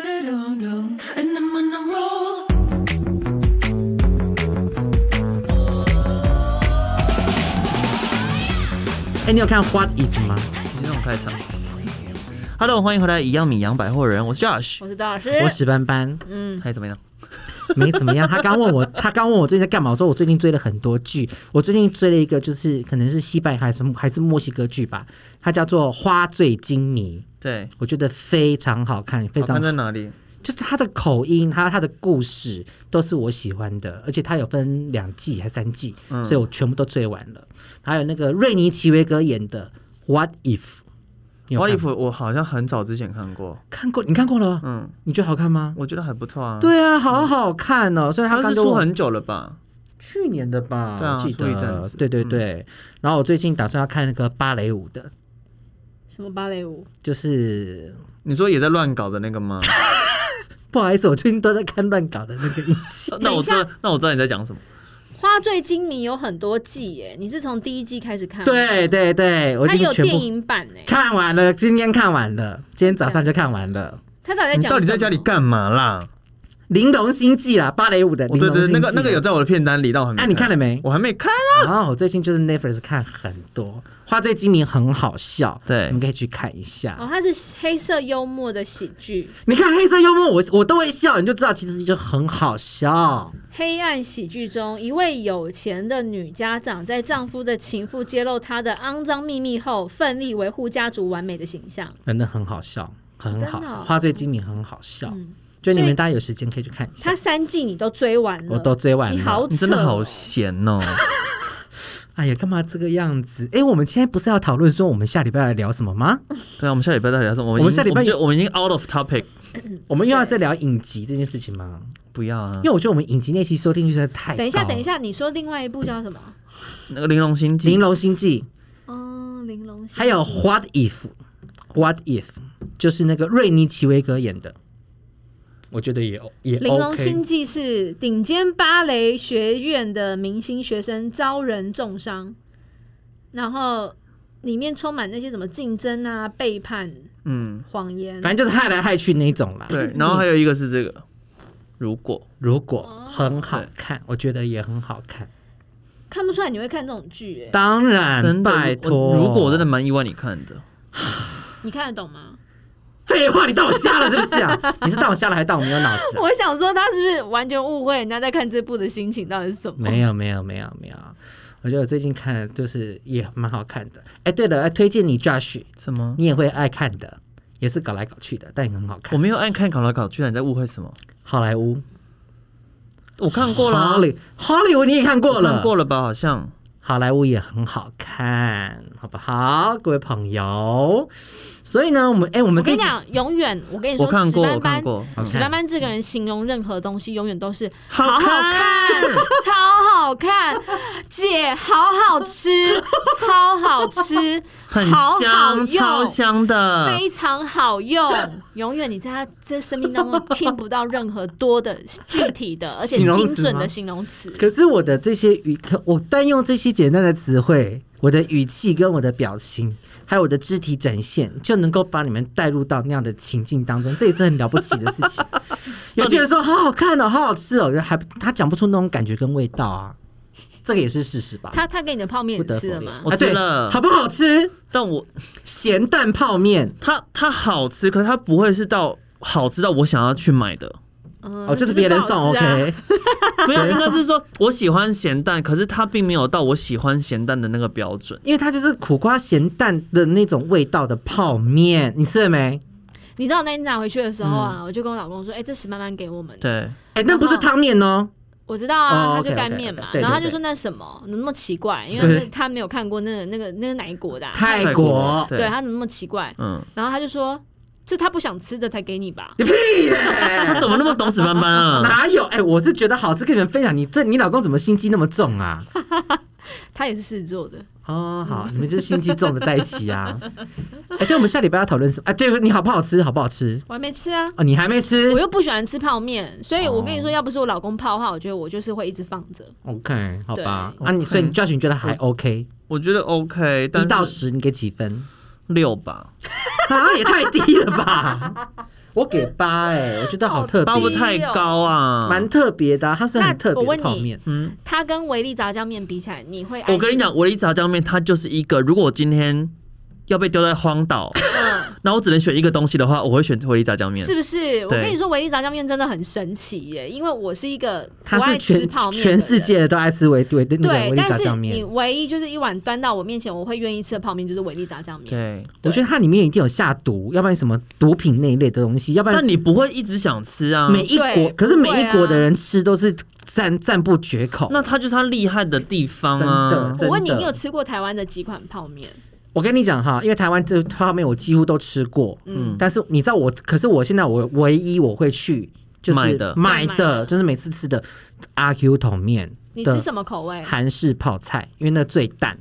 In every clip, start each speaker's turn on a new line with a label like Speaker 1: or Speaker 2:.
Speaker 1: And I'm on a roll.
Speaker 2: 哎、你有看《What If》吗
Speaker 3: 你那种开场。Hello，欢迎回来，一样米阳百货人，我是 Josh，
Speaker 4: 我是赵老
Speaker 3: 呃
Speaker 4: 师，
Speaker 2: 我史班班
Speaker 4: 嗯
Speaker 3: 还怎么样？
Speaker 2: 没怎么样，他刚问我，他刚问我最近在干嘛。我说我最近追了很多剧，我最近追了一个，就是可能是西班牙还是还是墨西哥剧吧，它叫做《花醉金迷》，
Speaker 3: 对，
Speaker 2: 我觉得非常好看，非
Speaker 3: 好
Speaker 2: 常
Speaker 3: 看在哪里？
Speaker 2: 就是他的口音，还有他的故事都是我喜欢的，而且他有分两季还三季，
Speaker 3: 嗯
Speaker 2: 所以我全部都追完了。还有那个瑞尼奇维格演的《What If》，你有
Speaker 3: 花
Speaker 2: 看
Speaker 3: 衣
Speaker 2: 吗
Speaker 3: 服我好像很早之前看过，
Speaker 2: 看过，你看过了？
Speaker 3: 嗯，
Speaker 2: 你觉得好看吗？
Speaker 3: 我觉得还不错啊。，嗯
Speaker 2: 对啊，好好看哦！虽然他
Speaker 3: 它
Speaker 2: 刚
Speaker 3: 是
Speaker 2: 跟我
Speaker 3: 出很久了吧？
Speaker 2: 去年的吧，
Speaker 3: 对啊
Speaker 2: 我记
Speaker 3: 出一阵
Speaker 2: 得
Speaker 3: 子，嗯
Speaker 2: 对对对。然后我最近打算要看那个芭蕾舞的，
Speaker 4: 什么芭蕾舞？
Speaker 2: 就是
Speaker 3: 你说也在乱搞的那个 吗？
Speaker 2: 不好意思，我最近都在看乱搞的那个影 集。
Speaker 3: 那我知
Speaker 4: 等
Speaker 3: 道，那我知道你在讲什么。
Speaker 4: 花醉金迷有很多季耶，你是从第一季开始看吗？
Speaker 2: 对，对对，我
Speaker 4: 它
Speaker 2: 已经
Speaker 4: 有
Speaker 2: 全
Speaker 4: 电
Speaker 2: 部
Speaker 4: 影版呢。
Speaker 2: 看完了，今天看完了，今天早上就看完了
Speaker 4: 它到底在
Speaker 3: 你
Speaker 4: 讲？
Speaker 3: 到底在家里？干嘛啦？
Speaker 2: 《玲珑心计》啦，芭蕾舞的《
Speaker 3: 哦，
Speaker 2: 玲
Speaker 3: 对
Speaker 2: 珑
Speaker 3: 对
Speaker 2: 心计
Speaker 3: 对，》那个那个有。在嗯我的片单里，但我还没。
Speaker 2: 啊你看了没
Speaker 3: 我还没看。啊
Speaker 2: 然后我最近就是 Netflix 看很多，《花醉金迷》很好笑，
Speaker 3: 对
Speaker 2: 你们可以去看一下。
Speaker 4: 哦，它是黑色幽默的喜剧，
Speaker 2: 你看黑色幽默，我我都会笑，你就知道其实就很好笑。
Speaker 4: 黑暗喜剧中，一位有钱的女家长在丈夫的情妇揭露她的肮脏秘密后，奋力维护家族完美的形象。
Speaker 2: 真的很好笑，很好
Speaker 4: 真的
Speaker 2: 笑，
Speaker 4: 哦嗯
Speaker 2: 花醉金迷很好笑，就你们大家有时间可以去看一下
Speaker 4: 它。三季你都追完了，
Speaker 2: 我都追完了
Speaker 4: 你好扯哦，
Speaker 3: 你真的好闲 哦！
Speaker 2: 哎呀，干嘛这个样子？哎，我们现在不是要讨论说我们下礼拜来聊什么吗？
Speaker 4: 嗯
Speaker 3: 对啊，我们下礼拜到底要什么？我
Speaker 2: 我
Speaker 3: 们
Speaker 2: 们
Speaker 3: 已经
Speaker 2: 下礼拜
Speaker 3: 我们就我们已经 out of topic，
Speaker 2: 我们又要再聊影集这件事情吗？
Speaker 3: 不要啊
Speaker 2: 因。为我觉得我们影集那期收听率实在太……
Speaker 4: 等一下，等一，下，你说另外一部叫什么？
Speaker 3: 那个《玲珑心
Speaker 2: 《
Speaker 3: 计
Speaker 2: 玲》珑心计》
Speaker 4: 嗯，玲珑心
Speaker 2: 还有《What If》，《What If》就是那个瑞尼奇维格演的，我觉得也也
Speaker 4: 《玲珑
Speaker 2: OK。
Speaker 4: 心计》是顶尖芭蕾学院的明星学生遭人重伤，然后里面充满那些什么竞争啊、背叛、
Speaker 3: 嗯，
Speaker 4: 谎言。
Speaker 2: 反正就是害来害去那一种啦。
Speaker 3: 对。然后还有一个是这个，如 果
Speaker 2: 如果很好
Speaker 3: 哦
Speaker 2: 看，我觉得也很好看。
Speaker 4: 看不出来你会看这种剧、欸，
Speaker 2: 当然，
Speaker 3: 真的
Speaker 2: 拜
Speaker 3: 我
Speaker 2: 托。
Speaker 3: 如果我真的蛮意外你看的，
Speaker 4: 你看得懂吗？
Speaker 2: 废 话，你当我瞎了是不是啊？你是当我瞎了，还是当我没有脑 子、啊？
Speaker 4: 我想说，他是不是完全误会人家在看这部的心情到底是什么？
Speaker 2: 没有，没有，没有，没有。我觉得我最近看的就是也蛮好看的。哎，对了，哎推荐你 Josh，
Speaker 3: 什么？
Speaker 2: 你也会爱看的，也是搞来搞去的，但也很好
Speaker 3: 我
Speaker 2: 看。
Speaker 3: 没有爱看搞来搞去，你在误会什么？
Speaker 2: 好莱坞，
Speaker 3: 我看过了啊，
Speaker 2: 好莱好莱坞你也看过
Speaker 3: 我看
Speaker 2: 了，
Speaker 3: 过了吧？好像
Speaker 2: 好莱坞也很好看，好不好，各位朋友？所以呢，我们哎，我
Speaker 4: 我
Speaker 2: 们
Speaker 4: 跟你
Speaker 2: 这集
Speaker 4: 讲，永远我跟你说，
Speaker 3: 我看过，
Speaker 4: 史
Speaker 3: 我
Speaker 4: 班
Speaker 3: 看
Speaker 4: 班，
Speaker 3: 过。
Speaker 2: 好看
Speaker 4: 史班班这个人形容任何东西，永远都是
Speaker 3: 好
Speaker 4: 好
Speaker 3: 看
Speaker 4: 看，超好看，姐好 好吃，超好吃，
Speaker 3: 很
Speaker 4: 好好
Speaker 3: 香，
Speaker 4: 用
Speaker 3: 超香的。
Speaker 4: 非常好用。永远你在他这生命当中听不到任何多的具 体的，而且
Speaker 2: 形容词
Speaker 4: 精准
Speaker 2: 吗
Speaker 4: 的形容词。
Speaker 2: 可是我的这些语，可我单用这些简单的词汇，我的语气跟我的表情，还有我的肢体展现，就能够把你们带入到那样的情境当中，这也是很了不起的事 情。有些人说好好看哦，好好吃哦，还他讲不出那种感觉跟味道啊，这个也是事实吧？
Speaker 4: 他他给你的泡面
Speaker 2: 不
Speaker 4: 你
Speaker 2: 得
Speaker 4: 吃
Speaker 2: 否
Speaker 4: 了
Speaker 2: 认
Speaker 4: 吗，？
Speaker 2: 啊
Speaker 3: 我吃
Speaker 2: 对
Speaker 3: 了
Speaker 2: 好不好吃？
Speaker 3: 但我
Speaker 2: 咸蛋泡面
Speaker 3: 它它好吃，可是它不会是到好吃到我想要去买 的。
Speaker 4: 嗯
Speaker 2: 哦，这是别人送
Speaker 4: 不好吃啊
Speaker 2: ，OK。
Speaker 3: 没有，应该是说我喜欢咸蛋，可是它并没有到我喜欢咸蛋的那个标准。
Speaker 2: 因为它就是苦瓜咸蛋的那种味道的泡面，你吃了没？
Speaker 4: 你知道我那天拿回去的时候
Speaker 2: 嗯
Speaker 4: 啊，我就跟我老公说：“哎，这史慢慢给我们。”的。
Speaker 3: 对，
Speaker 2: 哎、那不是
Speaker 4: 然后
Speaker 2: 汤面哦，
Speaker 4: 我知道
Speaker 2: 哦
Speaker 4: 啊，他就
Speaker 2: ，OK，OK，
Speaker 4: 干面嘛
Speaker 2: OK，，对
Speaker 4: 然后他
Speaker 2: 对
Speaker 4: 就说
Speaker 2: 对
Speaker 4: 那什么，怎么那么奇 怪？因
Speaker 2: 对
Speaker 4: 为那他没有看过那个那个那个哪一国的啊，
Speaker 2: 泰
Speaker 3: 泰
Speaker 2: 国
Speaker 3: 对，
Speaker 4: 对他怎么那么奇怪？
Speaker 3: 嗯，
Speaker 4: 然后他就说，这他不想吃的才给你吧。
Speaker 2: 你屁嘞！
Speaker 3: 他怎么那么懂死斑斑 啊？
Speaker 2: 哪有？哎、我是觉得好吃，跟你们分享。你这你老公怎么心机那么重啊？
Speaker 4: 他也是狮子座的，
Speaker 2: 哦，好，你们就是心机重的在一起 啊。哎、对，我们下礼拜要讨论什么？哎、对，你好不好吃？好不好吃？
Speaker 4: 我还没吃 啊。
Speaker 2: 哦，你还没吃
Speaker 4: 我又不喜欢吃泡面，所以我跟你
Speaker 2: 哦
Speaker 4: 说，要不是我老公泡的话，我觉得我就是会一直放着。
Speaker 2: ？OK，好吧。
Speaker 3: 对
Speaker 2: 啊，你
Speaker 3: OK
Speaker 2: 所以你 Josh 你觉得还 OK？
Speaker 3: 我觉得 OK，
Speaker 2: 一
Speaker 3: 但
Speaker 2: 到
Speaker 3: 是
Speaker 2: 十你给几分？
Speaker 3: 六吧。
Speaker 2: 啊，也太低了吧！ 我给八哎、我觉得好特别，
Speaker 3: 八不太高啊，
Speaker 2: 蛮特别的啊、它是
Speaker 4: 那
Speaker 2: 很特别
Speaker 4: 我问
Speaker 2: 的泡
Speaker 4: 你
Speaker 2: 面。
Speaker 3: 嗯。
Speaker 4: 它跟维力炸酱面比起来，你会？
Speaker 3: 我跟你讲，，我的炸酱面它就是一个，如果我今天要被丢在荒岛，
Speaker 4: 嗯，
Speaker 3: 那我只能选一个东西的话，我会选回力炸酱面。
Speaker 4: 是不是？我
Speaker 3: 对
Speaker 4: 跟你说，维力炸酱面真的很神奇耶，因为我是一个不
Speaker 2: 它是
Speaker 4: 爱吃
Speaker 2: 全
Speaker 4: 泡面的人
Speaker 2: 全世。界的都爱吃维维的那个
Speaker 4: 对
Speaker 2: 维，力
Speaker 4: 但
Speaker 2: 炸
Speaker 4: 是
Speaker 2: 酱
Speaker 4: 你
Speaker 2: 面，
Speaker 4: 唯一就是一碗端到我面前，我会愿意吃的泡面就是维力炸酱面。
Speaker 2: 我
Speaker 3: 对，
Speaker 2: 觉得它里面一定有下毒，要不然什么毒品那一类的东西，要不然
Speaker 3: 但你不会一直想吃啊。
Speaker 2: 每一国
Speaker 4: 对
Speaker 2: 可是每一国
Speaker 4: 不会
Speaker 2: 的
Speaker 4: 啊
Speaker 2: 人吃都是赞赞不绝口。
Speaker 3: 那它就是它厉害的地方啊
Speaker 2: 真。的
Speaker 4: 我问你，
Speaker 2: 真的
Speaker 4: 你有吃过台湾的几款泡面？
Speaker 2: 我跟你讲哈，因为台湾这泡面我几乎都吃过，嗯，但是你知道我，可是我现在我唯一我会去就是
Speaker 3: 买的
Speaker 2: 买
Speaker 4: 买的
Speaker 2: 的，就是每次吃的阿 Q 桶面
Speaker 4: 你吃
Speaker 2: 的
Speaker 4: 什么哦口味？
Speaker 2: 韩式泡菜，因为那最淡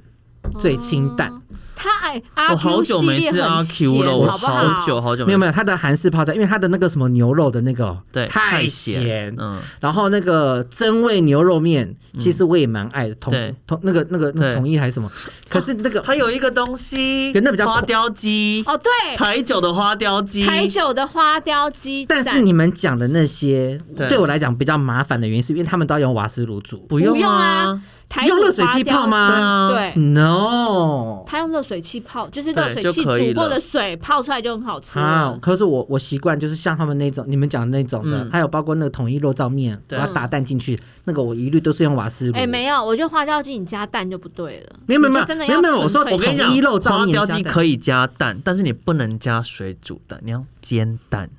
Speaker 2: 最清淡。
Speaker 4: 他哎，阿
Speaker 3: 我好
Speaker 4: Q 系
Speaker 3: 久没
Speaker 4: 列
Speaker 3: 吃阿
Speaker 4: 很
Speaker 3: Q
Speaker 4: 咸，
Speaker 3: 了，我
Speaker 4: 好不好？
Speaker 3: 好久好久
Speaker 2: 没有没
Speaker 3: 有，
Speaker 2: 有，它的韩式泡菜，因为它的那个什么牛肉的那个
Speaker 3: 对，
Speaker 2: 太
Speaker 3: 咸
Speaker 2: 咸，，
Speaker 3: 嗯，
Speaker 2: 然后那个增味牛肉面，其实我也蛮爱的，统
Speaker 3: 对
Speaker 2: 统那个那个那
Speaker 3: 对
Speaker 2: 个统一还是什 么，可是那个
Speaker 3: 它有一个东西，
Speaker 2: 对那比较
Speaker 3: 花雕鸡，
Speaker 4: 哦，对，
Speaker 3: 台酒的花雕鸡，
Speaker 4: 台酒的花雕鸡
Speaker 2: 但
Speaker 4: 蛋，
Speaker 2: 是你们讲的那些，
Speaker 3: 对
Speaker 2: 对我来讲比较麻烦的原因，是因为他们都要用瓦斯炉煮。
Speaker 3: 不
Speaker 4: 不
Speaker 3: 用
Speaker 4: 用
Speaker 3: 啊
Speaker 4: 啊，台
Speaker 2: 用
Speaker 4: 煮
Speaker 2: 热水
Speaker 4: 花
Speaker 2: 器
Speaker 4: 雕
Speaker 2: 泡吗嗯
Speaker 4: 鸡
Speaker 3: 对啊
Speaker 4: 对，
Speaker 2: No
Speaker 4: 他用热水器泡，就是
Speaker 3: 对
Speaker 4: 热水
Speaker 3: 就
Speaker 4: 器
Speaker 3: 可以
Speaker 4: 煮过
Speaker 3: 了
Speaker 4: 的水泡出来就很好吃
Speaker 2: 啊
Speaker 4: 了，。
Speaker 2: 可是我我习惯就是像他们那种，你们讲的那种的，
Speaker 3: 嗯
Speaker 2: 还有包括那个统一肉燥面，我
Speaker 3: 对
Speaker 2: 要打蛋进去，那个我一律都是用瓦斯炉。
Speaker 4: 哎，没有，我觉得花雕鸡你加蛋就不对了，
Speaker 2: 没有没有
Speaker 4: 你
Speaker 2: 没有
Speaker 4: 就真的
Speaker 2: 没有
Speaker 4: 要
Speaker 2: 没有我说
Speaker 4: 纯
Speaker 3: 我
Speaker 4: 粹
Speaker 3: 跟你讲
Speaker 2: 统一肉，燥
Speaker 3: 花
Speaker 2: 面
Speaker 3: 雕
Speaker 2: 加
Speaker 3: 鸡
Speaker 2: 蛋
Speaker 3: 可以加蛋，但是你不能加水煮蛋，你要煎蛋。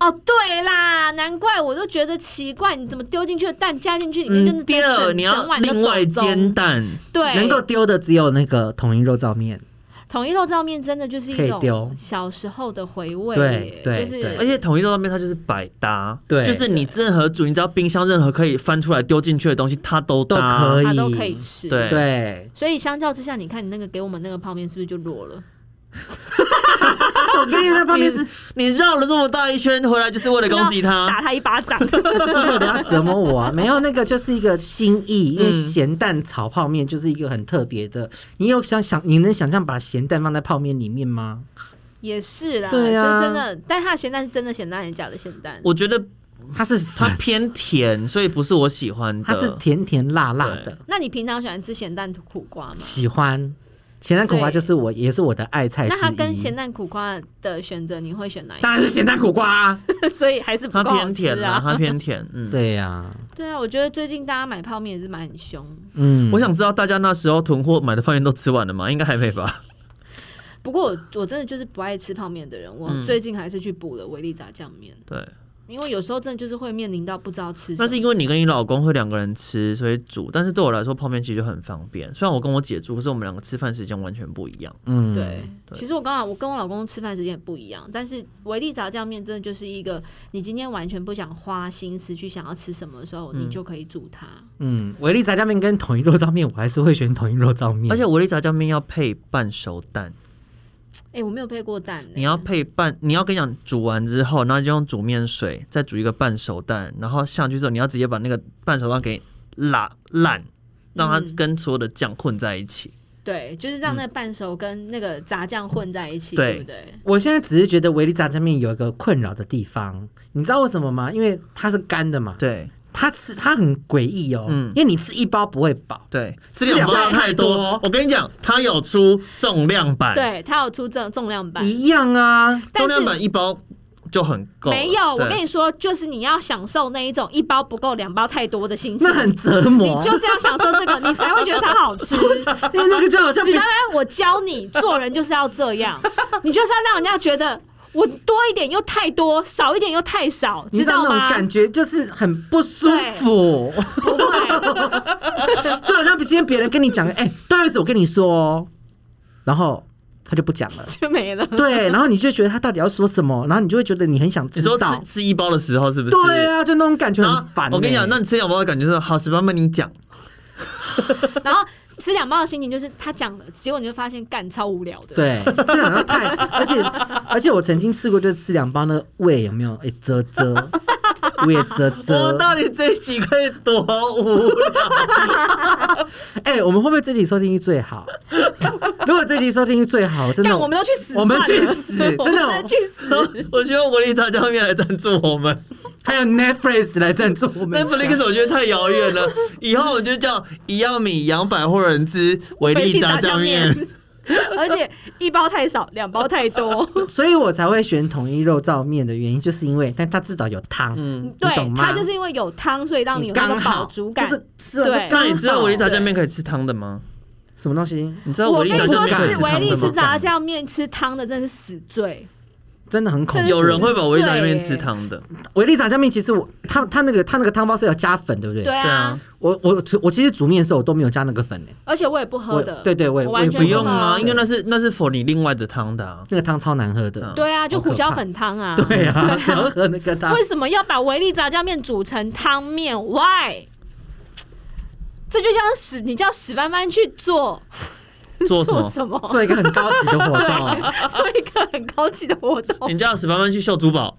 Speaker 4: 哦，对啦，难怪我都觉得奇怪，你怎么丢进去的蛋加进去里嗯面就是
Speaker 3: 嗯第
Speaker 4: 整
Speaker 3: 二，
Speaker 4: 整
Speaker 3: 你要
Speaker 4: 整碗都
Speaker 3: 另外
Speaker 4: 走中
Speaker 3: 煎蛋，
Speaker 4: 对，
Speaker 2: 能够丢的只有那个统一肉燥面。
Speaker 4: 统一肉燥面真的就是
Speaker 2: 可
Speaker 4: 一
Speaker 2: 以丢
Speaker 4: 种小时候的回味
Speaker 2: 对
Speaker 4: 耶，
Speaker 2: 对
Speaker 4: 就是
Speaker 2: 对
Speaker 3: 而且统一肉燥面它就是百搭，
Speaker 2: 对
Speaker 3: 就是你任何煮，你只要冰箱任何可以翻出来丢进去的东西，它都搭
Speaker 2: 都可以
Speaker 4: 它都可以吃。
Speaker 3: 对
Speaker 2: 对，
Speaker 4: 所以相较之下，你看你那个给我们那个泡面是不是就弱了？
Speaker 2: 我跟你在旁边是
Speaker 3: 你绕了这么大一圈回来，就是为了攻击
Speaker 4: 要
Speaker 3: 它
Speaker 4: 打。他一巴掌。
Speaker 2: 就是为了要折磨我啊！没有那个就是一个心意，因为
Speaker 3: 嗯
Speaker 2: 咸蛋炒泡面就是一个很特别的。你有想想，你能想象把咸蛋放在泡面里面吗？
Speaker 4: 也是啦，
Speaker 2: 对啊
Speaker 4: 就真的，但它的咸蛋是真的咸蛋还是假的咸蛋？
Speaker 3: 我觉得
Speaker 2: 它是
Speaker 3: 它
Speaker 2: 它
Speaker 3: 偏甜，所以不是我喜欢
Speaker 2: 它是
Speaker 3: 的。
Speaker 2: 甜甜辣辣的，
Speaker 4: 那你平常喜欢吃咸蛋苦瓜吗？
Speaker 2: 喜欢咸蛋苦瓜就是我也是我的爱菜之一。
Speaker 4: 那它跟咸蛋苦瓜的选择，你会选哪一
Speaker 2: 当然是咸蛋苦瓜、啊。
Speaker 4: 个？所以还是不
Speaker 3: 它
Speaker 4: 够好
Speaker 3: 偏
Speaker 4: 吃
Speaker 3: 甜啦，
Speaker 4: 啊。
Speaker 3: 它偏甜。嗯，
Speaker 2: 对呀、
Speaker 4: 对啊，我觉得最近大家买泡面也是买很凶。
Speaker 2: 嗯，
Speaker 3: 我想知道大家那时候囤货买的泡面都吃完了吗？应该还没吧？
Speaker 4: 不过我我真的就是不爱吃泡面的人，我
Speaker 3: 嗯
Speaker 4: 最近还是去补了维力炸酱面，
Speaker 3: 对，
Speaker 4: 因为有时候真的就是会面临到不知道吃什
Speaker 3: 那
Speaker 4: 么。
Speaker 3: 是因为你跟你老公会两个人吃，所以煮。但是对我来说，泡面其实就很方便。虽然我跟我姐住，可是我们两个吃饭时间完全不一样。
Speaker 2: 嗯，
Speaker 4: 对，其实我刚好我跟我老公吃饭时间也不一样，但是维力炸酱面真的就是一个，你今天完全不想花心思去想要吃什么的时候，你就可以煮它。
Speaker 2: 嗯，维力炸酱面跟统一肉燥面，我还是会选统一肉燥面。
Speaker 3: 而且我力炸酱面要配半熟蛋，
Speaker 4: 哎、我没有配过蛋、欸，
Speaker 3: 你要配半，你要跟你讲煮完之后，然后就用煮面水再煮一个半熟蛋，然后下去之后，你要直接把那个半熟蛋给拉烂，让它跟所有的酱混在一起。
Speaker 4: 对，就是让那个半熟跟那个炸酱混在一起，
Speaker 3: 对
Speaker 4: 对不对？
Speaker 2: 我现在只是觉得维力炸酱面有一个困扰的地方，你知道为什么吗？因为它是干的嘛。
Speaker 3: 对
Speaker 2: 它吃它很诡异哦，
Speaker 3: 嗯
Speaker 2: 因为你吃一包不会饱，
Speaker 3: 对，
Speaker 2: 吃两包
Speaker 3: 太多
Speaker 2: 太多。
Speaker 3: 我跟你讲，它有出重量版，，
Speaker 4: 对，它有出重重量版，
Speaker 2: 一样啊。
Speaker 3: 重
Speaker 4: 但
Speaker 3: 量
Speaker 4: 是
Speaker 3: 版一包就很够了。
Speaker 4: 没有。我跟
Speaker 3: 你
Speaker 4: 你说，就是你要享受那一种一包不够两包太多的心情
Speaker 2: 那。很折
Speaker 4: 你
Speaker 2: 磨，
Speaker 4: 就是要享受这个，你才会觉得它好 吃。
Speaker 2: 因为那个就好像
Speaker 4: 史丹丹，我教你做人就是要 这样，你就是要让人家觉得我多一点又太多，少一点又太少，
Speaker 2: 你
Speaker 4: 知
Speaker 2: 知道
Speaker 4: 道
Speaker 2: 那种
Speaker 4: 吗？
Speaker 2: 感觉就是很不舒服，
Speaker 4: 不会，，
Speaker 2: 就好像今天别人跟你讲，哎、不好意思，我跟你说哦，然后他就不讲了
Speaker 4: 就没了。
Speaker 2: 对，然后你就觉得他到底要说什么，然后你就会觉得你很想知
Speaker 3: 说
Speaker 2: 道
Speaker 3: 吃，吃一包的时候是不是？
Speaker 2: 对啊，就那种感觉
Speaker 3: 然后
Speaker 2: 很烦欸、
Speaker 3: 我跟你讲，那你吃两包的感觉是好，十八妹你讲，
Speaker 4: 然后吃两包的心情就是他讲了，结果你就发现干超无聊的。
Speaker 2: 对，这两样 太，而且而且我曾经吃过，就是吃两包那个胃有没有？哎、啧啧，我也啧
Speaker 3: 我
Speaker 2: 啧。
Speaker 3: 到底这一集可以多无聊？
Speaker 2: 哎、我们会不会这集收听率最 好？如果这集收听率最好，真的
Speaker 4: 但我们要去死算了，
Speaker 2: 我们去 死
Speaker 4: 我
Speaker 2: 真
Speaker 4: 们
Speaker 2: 的哦
Speaker 4: 真的去死。
Speaker 3: 我希望维力炸酱面来赞助我们。
Speaker 2: 还有 Netflix 来赞助我们。
Speaker 3: Netflix 我觉得太遥远了，以后我就叫一样米养百货人之维力炸酱面。，
Speaker 4: 而且一包太少，两包太多。
Speaker 2: 所以我才会选统一肉燥面的原因，就是因为，但它至少有汤，嗯，你懂
Speaker 4: 对，
Speaker 2: 吗？
Speaker 4: 它就是因为有汤，所以让你有那
Speaker 2: 刚
Speaker 4: 个饱
Speaker 2: 好
Speaker 4: 足感。
Speaker 2: 就是吃完就
Speaker 4: 对
Speaker 2: 刚好
Speaker 3: 那你知道维力炸酱面可以吃汤的吗？
Speaker 2: 什么东西？
Speaker 3: 你知道
Speaker 4: 我
Speaker 3: 维
Speaker 4: 跟
Speaker 3: 力炸
Speaker 4: 你
Speaker 3: 酱
Speaker 4: 说，
Speaker 3: 面可以
Speaker 4: 吃
Speaker 3: 吃汤
Speaker 4: 维力
Speaker 3: 的
Speaker 4: 吃
Speaker 3: 吗？
Speaker 4: 炸酱面吃汤的真是死罪。
Speaker 2: 真的很恐怖。
Speaker 4: 真的
Speaker 3: 有人会把维力炸酱
Speaker 4: 是
Speaker 3: 面
Speaker 4: 欸
Speaker 3: 吃汤的，
Speaker 2: 维力炸酱面，其实我它它那个它那个汤包是有加粉，对不对？
Speaker 4: 对。
Speaker 3: 对啊
Speaker 4: 啊，，
Speaker 2: 我我我其实煮面的时候我都没有加那个粉诶、欸
Speaker 4: 而且我也不喝
Speaker 2: 我
Speaker 4: 的。
Speaker 2: 对对我也
Speaker 4: 我完
Speaker 2: 我
Speaker 4: 全
Speaker 2: 也
Speaker 3: 不
Speaker 2: 对
Speaker 3: 用啊，
Speaker 4: 不喝
Speaker 3: 因为那是那是否你另外的汤的啊。
Speaker 2: 那个汤超难喝的。
Speaker 4: 对啊，就
Speaker 2: 好可
Speaker 4: 胡椒
Speaker 2: 怕
Speaker 4: 粉汤 啊。
Speaker 2: 对啊，然后喝那个汤
Speaker 4: 为。什么要把维力炸酱面煮成汤面？Why？这就像史，你叫史班班去做
Speaker 3: 做什 么？
Speaker 4: 什么？
Speaker 2: 做一个很高级的活动，
Speaker 4: 做一个很高级的活动，
Speaker 3: 你叫史班班去秀珠宝，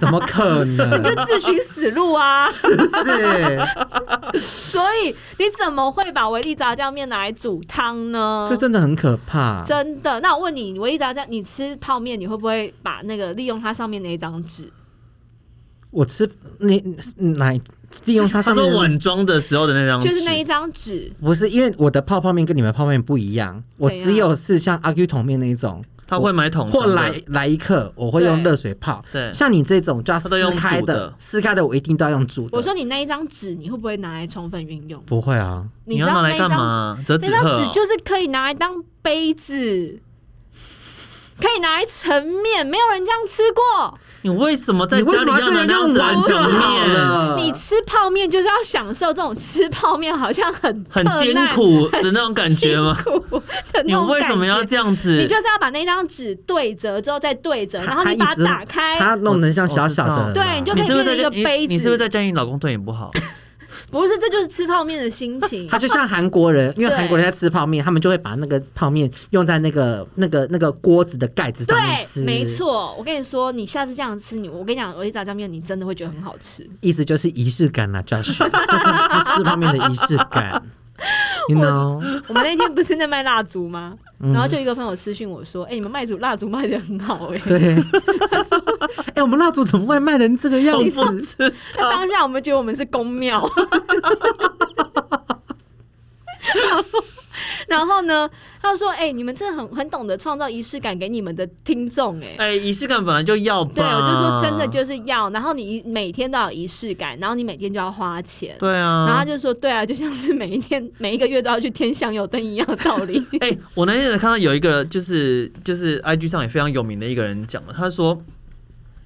Speaker 2: 怎么可能？
Speaker 4: 就自寻死路啊！
Speaker 2: 是不是？
Speaker 4: 嗯所以你怎么会把维力炸酱面拿来煮汤呢？
Speaker 2: 这真的很可
Speaker 3: 啊
Speaker 2: 怕。
Speaker 4: 真的？那我问你，维力炸酱，你吃泡面，你会不会把那个利用它上面那一张纸？
Speaker 2: 我吃那奶，利用它上
Speaker 3: 他
Speaker 2: 面
Speaker 3: 说
Speaker 2: 的
Speaker 3: 晚装的时候的那张纸，
Speaker 4: 就是那一张纸，
Speaker 2: 不是因为我的泡泡面跟你们泡泡面不一样，我
Speaker 4: 怎样
Speaker 2: 只有是像阿 Q 桶面那一种，
Speaker 3: 他会买桶
Speaker 2: 或
Speaker 3: 装的
Speaker 2: 来来一克，我会用
Speaker 4: 对
Speaker 2: 热水泡。
Speaker 3: 对
Speaker 2: 像你这种就要
Speaker 3: 它都用
Speaker 2: 撕
Speaker 3: 煮
Speaker 2: 开
Speaker 3: 的
Speaker 2: 撕开的我一定都要用煮的。
Speaker 4: 我说你那一张纸，你会不会拿来充分运用？
Speaker 2: 不会啊，
Speaker 3: 你
Speaker 4: 知
Speaker 3: 要拿
Speaker 4: 道那
Speaker 3: 来
Speaker 4: 一
Speaker 3: 干
Speaker 4: 张纸
Speaker 3: 嘛？折纸
Speaker 4: 那张
Speaker 3: 鹤
Speaker 4: 纸
Speaker 3: 哦，
Speaker 4: 就是可以拿来当杯子，可以拿来盛面，没有人这样吃过。
Speaker 3: 你为什么在
Speaker 2: 你为
Speaker 3: 家
Speaker 2: 什
Speaker 3: 里
Speaker 2: 么
Speaker 3: 要
Speaker 2: 这
Speaker 3: 拿
Speaker 2: 个
Speaker 3: 那张
Speaker 2: 用
Speaker 3: 纸来
Speaker 2: 完就
Speaker 3: 盛
Speaker 2: 好
Speaker 3: 面？
Speaker 2: 了？
Speaker 4: 你吃泡面就是要享受这种吃泡面好像很
Speaker 3: 很
Speaker 4: 特
Speaker 3: 艰
Speaker 4: 难
Speaker 3: 苦的那种感觉 吗？
Speaker 4: 辛苦的那
Speaker 3: 你
Speaker 4: 种
Speaker 3: 为什么要
Speaker 4: 感觉
Speaker 3: 这样子？
Speaker 4: 你就是要把那张纸对折之后再对折，然后
Speaker 2: 他
Speaker 4: 你把
Speaker 2: 他一直
Speaker 4: 它打开，
Speaker 2: 它弄得像小小的
Speaker 3: 我
Speaker 2: 人啊，
Speaker 3: 知道
Speaker 4: 对你就
Speaker 3: 你
Speaker 4: 可以
Speaker 3: 是不是在
Speaker 4: 变成一个
Speaker 3: 你
Speaker 4: 杯子
Speaker 3: 你是不是在家里老公对你不 好？
Speaker 4: 不是，这就是吃泡面的心情。
Speaker 2: 它就像韩国人，因为
Speaker 4: 对
Speaker 2: 韩国人在吃泡面，他们就会把那个泡面用在那个那个那个锅子的盖子上面吃。
Speaker 4: 对，没，错，我跟你说，你下次这样吃，你我跟你讲，我一炸酱面，你真的会觉得很好吃。
Speaker 2: 意思就是仪式感啦，Josh，就是他吃泡面的仪式感。You know，
Speaker 4: 我们那天不是在卖蜡烛吗？
Speaker 3: 嗯
Speaker 4: 然后就一个朋友私讯我说：“哎、你们卖烛蜡烛卖的很 好哎、
Speaker 2: 对。 哎、我们蜡烛怎么会卖成这个样
Speaker 3: 我不
Speaker 2: 子？
Speaker 3: 知
Speaker 4: 那当下我们觉得我们是公庙。然后然后呢，他就说：“哎、你们真的很很懂得创造仪式感给你们的听众哎、
Speaker 3: 哎，仪式感本来就要吧。
Speaker 4: 对，我就说真的就是要，然后你每天都要有仪式感，然后你每天就要花钱。
Speaker 3: 对
Speaker 4: 然后他
Speaker 3: 啊。
Speaker 4: 就说：“对啊，就像是每一天、每一个月都要去添香油灯一样的道 理。
Speaker 3: 哎、我那天才看到有一个就是就是 IG 上也非常有名的一个人讲了，他说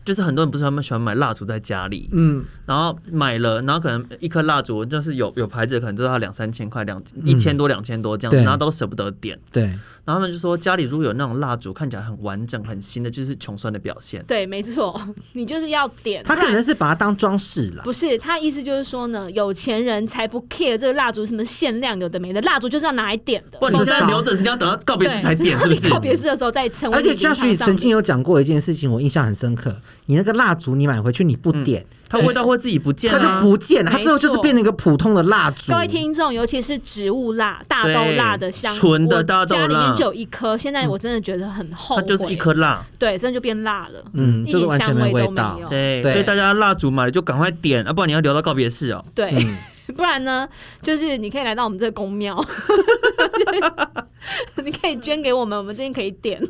Speaker 3: 就是很多人不是他们喜欢买蜡烛在家里，
Speaker 2: 嗯，
Speaker 3: 然后买了，然后可能一颗蜡烛就是有有牌子的可能都要两三千块，两一千多两千多这样子，
Speaker 2: 嗯对
Speaker 3: 然后都舍不得点，
Speaker 2: 对，
Speaker 3: 然后他们就说家里如果有那种蜡烛看起来很完整很新的，就是穷酸的表现”。
Speaker 4: 对，没错，你就是要点。
Speaker 2: 他可能是把它当装饰啦。
Speaker 4: 不是，他意思就是说呢，有钱人才不 care 这个蜡烛什么限量，有的没的，蜡烛就是要拿来点的。
Speaker 3: 不，你现在留着，人家等到告别式 才点，是不是？
Speaker 4: 告别式的时候再成为
Speaker 2: 而
Speaker 4: 你
Speaker 2: 且
Speaker 4: 灵
Speaker 2: Josh
Speaker 4: 堂上的
Speaker 2: 曾经有讲过一件事情，我印象很深刻。你那个蜡烛，你买回去你不
Speaker 4: 嗯
Speaker 2: 点，
Speaker 3: 它味道会自己不见
Speaker 2: 它
Speaker 3: 啊，
Speaker 2: 就不见了，它最后就是
Speaker 4: 没错
Speaker 2: 变成一个普通的蜡烛。
Speaker 4: 各位听众，尤其是植物蜡、大豆蜡的香，
Speaker 3: 对纯的
Speaker 4: 我
Speaker 3: 大豆蜡
Speaker 4: 家里面就有一颗，现在我真的觉得很后
Speaker 3: 它
Speaker 4: 悔，
Speaker 3: 就是一颗，蜡。
Speaker 4: 对，真的就变蜡了，
Speaker 2: 嗯
Speaker 4: 一
Speaker 2: 就是
Speaker 4: 点
Speaker 2: 完全
Speaker 4: 香
Speaker 2: 没
Speaker 4: 都
Speaker 2: 味
Speaker 4: 没
Speaker 2: 道
Speaker 4: 有，
Speaker 3: 对，
Speaker 2: 对
Speaker 3: 所以大家蜡烛买了就赶快点，啊，不然你要留到告别式哦。
Speaker 4: 对，
Speaker 2: 嗯
Speaker 4: 不然呢，就是你可以来到我们这个公庙， 你可以捐给我们，我们这边可以点，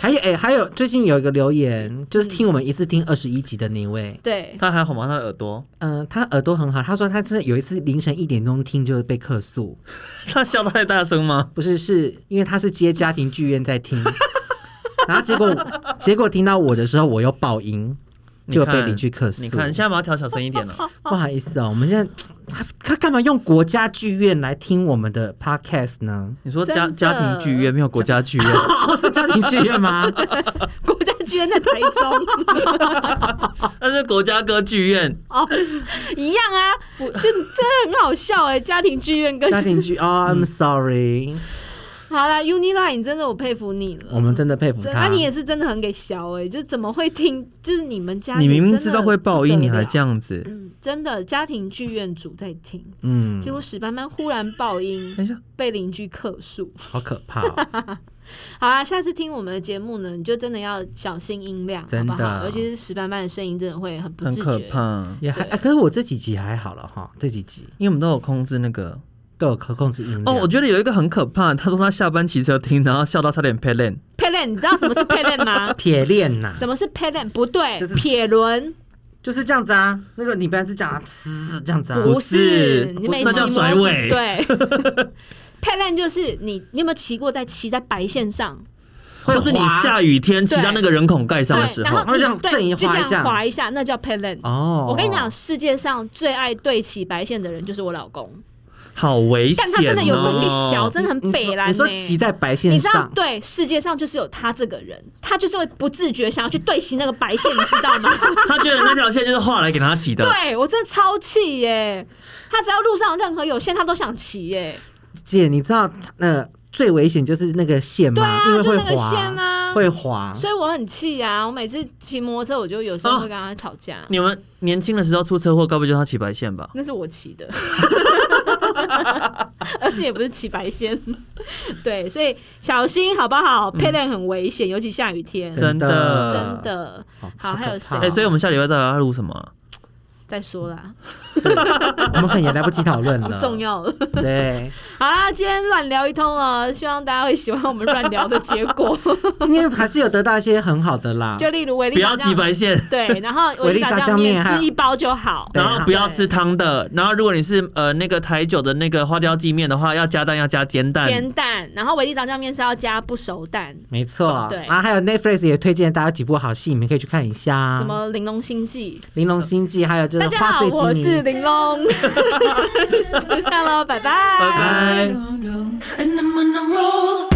Speaker 2: 还有哎、还有最近有一个留言，就是听我们一次听二十一集的那位，
Speaker 4: 对，
Speaker 3: 它还好吗？它的耳朵，
Speaker 2: 嗯、他耳朵很好，他说他真的有一次凌晨一点钟听就是被客诉，
Speaker 3: 它笑太大声吗？
Speaker 2: 不是是因为他是接家庭剧院在听，然后结果结果听到我的时候我又爆音，
Speaker 3: 你
Speaker 2: 就
Speaker 3: 看
Speaker 2: 被邻居客诉
Speaker 3: 你。看，你现在把它调小声一 点了。
Speaker 2: 不好意思哦，我们现在他他干嘛用国家剧院来听我们的 podcast 呢？
Speaker 3: 你说家
Speaker 4: 真的
Speaker 3: 家庭剧院没有国家剧院，
Speaker 2: 哦，是家庭剧院吗？
Speaker 4: 国家捐在台中。
Speaker 3: 那是国家歌剧院。
Speaker 4: 哦，一样啊，就真的很好笑哎、家庭剧院跟
Speaker 2: 家庭剧哦、i m sorry。
Speaker 5: 好啦 Uniline 真的我佩服你了，
Speaker 2: 我们真的佩服
Speaker 5: 真
Speaker 2: 他。
Speaker 4: 啊
Speaker 5: 那你也是真的很给小
Speaker 4: 欸
Speaker 5: 哎、就怎么会听？就是你们家
Speaker 3: 你明明
Speaker 5: 真的
Speaker 3: 知道会报应，
Speaker 5: 不得
Speaker 3: 你还
Speaker 5: 了
Speaker 3: 这样子，
Speaker 5: 嗯，真的家庭剧院主在听，
Speaker 3: 嗯，
Speaker 5: 结果史班班忽然爆音，
Speaker 3: 等一下，
Speaker 5: 被邻居客诉。
Speaker 2: 好可怕、哦！
Speaker 5: 好啊，下次听我们的节目呢，你就真的要小心音量，
Speaker 2: 真的
Speaker 5: 好不好？尤其是史班班的声音，真的会很不
Speaker 3: 很
Speaker 5: 自
Speaker 3: 可
Speaker 5: 觉。
Speaker 3: 怕，
Speaker 2: 也还、哎 可是我这几集还好了哈，这几集
Speaker 3: 因为我们都有控制那个。
Speaker 2: 都有可控制
Speaker 4: 嗯
Speaker 2: 音量。？
Speaker 4: 啊
Speaker 3: 哦，我觉得有一个很可怕，他说他下班骑车听，然后笑到差点配烂。
Speaker 4: 佩恋，你知道什么是佩恋 吗
Speaker 2: 撇链呐、
Speaker 4: 什么是佩恋？不对
Speaker 2: 就是，
Speaker 4: 撇轮
Speaker 2: 就是这样子啊。那个你本来是讲啊，呲这样子啊，
Speaker 4: 不
Speaker 3: 是
Speaker 4: 你
Speaker 3: 不
Speaker 4: 每
Speaker 3: 是那叫
Speaker 4: 骑摩
Speaker 3: 甩
Speaker 4: 托
Speaker 3: 尾
Speaker 4: 对， 佩恋就是你，你有没有骑过在骑在白线上？
Speaker 2: 会
Speaker 3: 或是你
Speaker 2: 滑
Speaker 3: 下雨天骑
Speaker 4: 对
Speaker 3: 到那个人孔盖上的
Speaker 4: 对，
Speaker 3: 时
Speaker 4: 然
Speaker 3: 候，
Speaker 4: 后
Speaker 2: 哦这
Speaker 4: 你
Speaker 2: 样正
Speaker 4: 对
Speaker 2: 一
Speaker 4: 就这
Speaker 2: 划一下
Speaker 4: 样滑一下，那叫佩恋。
Speaker 2: 哦。
Speaker 4: 我跟你讲，，世界上最爱对齐白线的人就是我老公，
Speaker 3: 好危险
Speaker 4: 但他真的有能力小，
Speaker 3: 哦！
Speaker 4: 真的很北蓝、欸
Speaker 2: 你说骑在白线
Speaker 4: 你知道
Speaker 2: 上，，
Speaker 4: 对，世界上就是有他这个人，他就是会不自觉想要去对齐那个白线，你知道吗？
Speaker 3: 他觉得那条线就是画来给他骑的。
Speaker 4: 对我真的超气耶！他只要路上有任何有线，他都想骑耶。
Speaker 2: 姐，你知道它那个最危险就是那个线吗？
Speaker 4: 对啊
Speaker 2: 因为
Speaker 4: 就
Speaker 2: 会
Speaker 4: 那个
Speaker 2: 滑，
Speaker 4: 线啊
Speaker 2: 会滑。
Speaker 4: 所以我很气啊！我每次骑摩托车，我就有时候会跟他吵架。
Speaker 3: 你们年轻的时候出车祸，该不就是他骑白线吧？
Speaker 4: 那是我骑的， 而且也不是骑白线。对，所以小心好不好？配练很危险，尤其下雨天，
Speaker 3: 真的
Speaker 4: 真的。好，还有谁
Speaker 2: 好
Speaker 3: 哎、？ 所以我们下礼拜到底要录什么啊？
Speaker 4: 再说啦，
Speaker 2: 哎我们可能也来不及讨论
Speaker 4: 不
Speaker 2: 了。
Speaker 4: 重要了。
Speaker 2: 对，
Speaker 4: 好啦，今天乱聊一通了，希望大家会喜欢我们乱聊的结果。
Speaker 2: 今天还是有得到一些很好的啦。
Speaker 4: 就例如维
Speaker 3: 不
Speaker 4: 力炸
Speaker 3: 要
Speaker 4: 酱
Speaker 3: 骑白线，
Speaker 4: 对，然后维力炸酱面吃一包就好。
Speaker 2: 对
Speaker 3: 然
Speaker 2: 啊
Speaker 3: 后不要吃汤的，然后如果你是呃那个台酒的那个花雕鸡面的话，要加蛋，要加煎蛋。
Speaker 4: 煎蛋，然后维力炸酱面是要加不熟蛋，
Speaker 2: 没错，
Speaker 4: 对
Speaker 2: 然后还有 Netflix 也推荐大家几部好戏，你们可以去看一下。
Speaker 3: 啊
Speaker 4: 什么玲珑心计。呃
Speaker 2: 《玲珑心计》，还有就
Speaker 4: 嗯大
Speaker 2: 是《
Speaker 4: 家
Speaker 2: 花
Speaker 4: 好，
Speaker 2: 醉
Speaker 4: 我
Speaker 2: 金迷》。
Speaker 4: 是玲 珑，就这样喽，拜拜
Speaker 3: 拜拜。
Speaker 1: And I'm on a roll.